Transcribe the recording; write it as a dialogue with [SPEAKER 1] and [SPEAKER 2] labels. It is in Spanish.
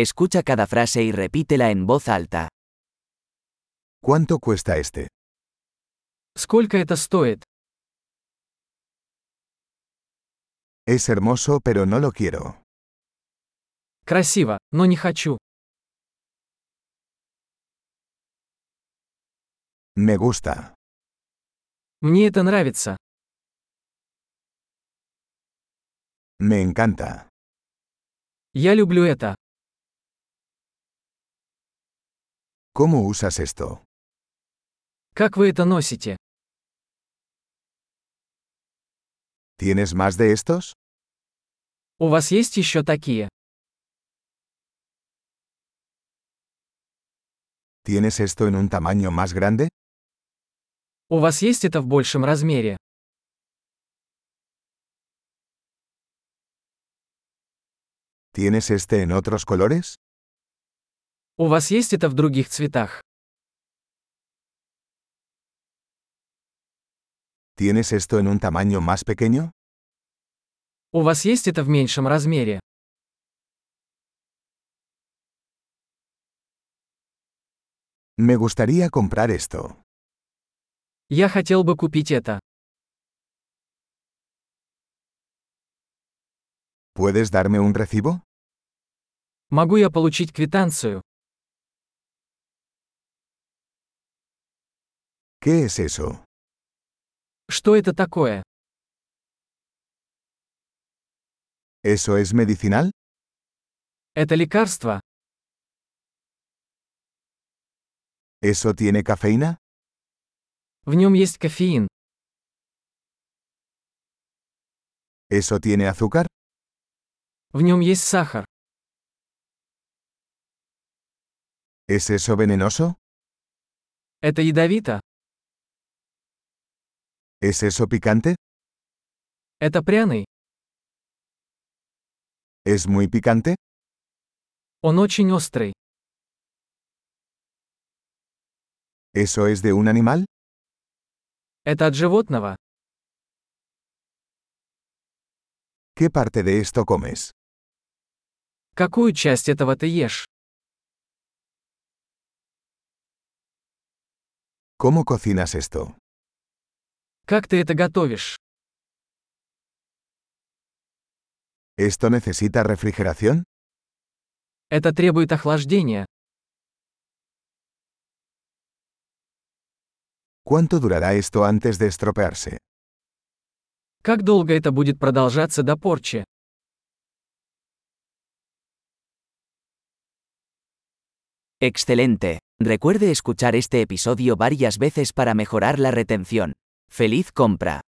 [SPEAKER 1] Escucha cada frase y repítela en voz alta.
[SPEAKER 2] ¿Cuánto cuesta este?
[SPEAKER 3] Сколько это стоит?
[SPEAKER 2] Es hermoso pero no lo quiero.
[SPEAKER 3] Красиво, но не хочу.
[SPEAKER 2] Me gusta.
[SPEAKER 3] Мне это нравится.
[SPEAKER 2] Me encanta.
[SPEAKER 3] Я люблю это.
[SPEAKER 2] ¿Cómo usas esto?
[SPEAKER 3] Как вы это носите?
[SPEAKER 2] ¿Tienes más de estos?
[SPEAKER 3] У вас есть еще такие?
[SPEAKER 2] ¿Tienes esto en un tamaño más grande?
[SPEAKER 3] У вас есть это в большем размере?
[SPEAKER 2] ¿Tienes este en otros colores?
[SPEAKER 3] У вас есть это в других цветах?
[SPEAKER 2] ¿Tienes esto en un tamaño más pequeño?
[SPEAKER 3] У вас есть это в меньшем размере?
[SPEAKER 2] Me gustaría comprar esto.
[SPEAKER 3] Я хотел бы купить это.
[SPEAKER 2] ¿Puedes darme un recibo?
[SPEAKER 3] Могу я получить квитанцию?
[SPEAKER 2] ¿Qué es eso?
[SPEAKER 3] Что это такое?
[SPEAKER 2] ¿Eso es medicinal?
[SPEAKER 3] Это лекарство?
[SPEAKER 2] ¿Eso tiene cafeína?
[SPEAKER 3] В нем есть кофеин.
[SPEAKER 2] ¿Eso tiene azúcar?
[SPEAKER 3] В нем есть сахар.
[SPEAKER 2] ¿Es eso venenoso?
[SPEAKER 3] Это ядовито?
[SPEAKER 2] ¿Es eso picante?
[SPEAKER 3] Это пряный?
[SPEAKER 2] ¿Es muy picante?
[SPEAKER 3] Он очень острый.
[SPEAKER 2] ¿Eso es de un animal?
[SPEAKER 3] Это от животного?
[SPEAKER 2] ¿Qué parte de esto comes?
[SPEAKER 3] Какую часть этого ты ешь?
[SPEAKER 2] ¿Cómo cocinas esto?
[SPEAKER 3] Как ты это готовишь?
[SPEAKER 2] ¿Esto necesita refrigeración?
[SPEAKER 3] Это требует охлаждения.
[SPEAKER 2] ¿Cuánto durará esto antes de estropearse?
[SPEAKER 3] Как долго это будет продолжаться до порчи?
[SPEAKER 1] Excelente. Recuerde escuchar este episodio varias veces para mejorar la retención. ¡Feliz compra!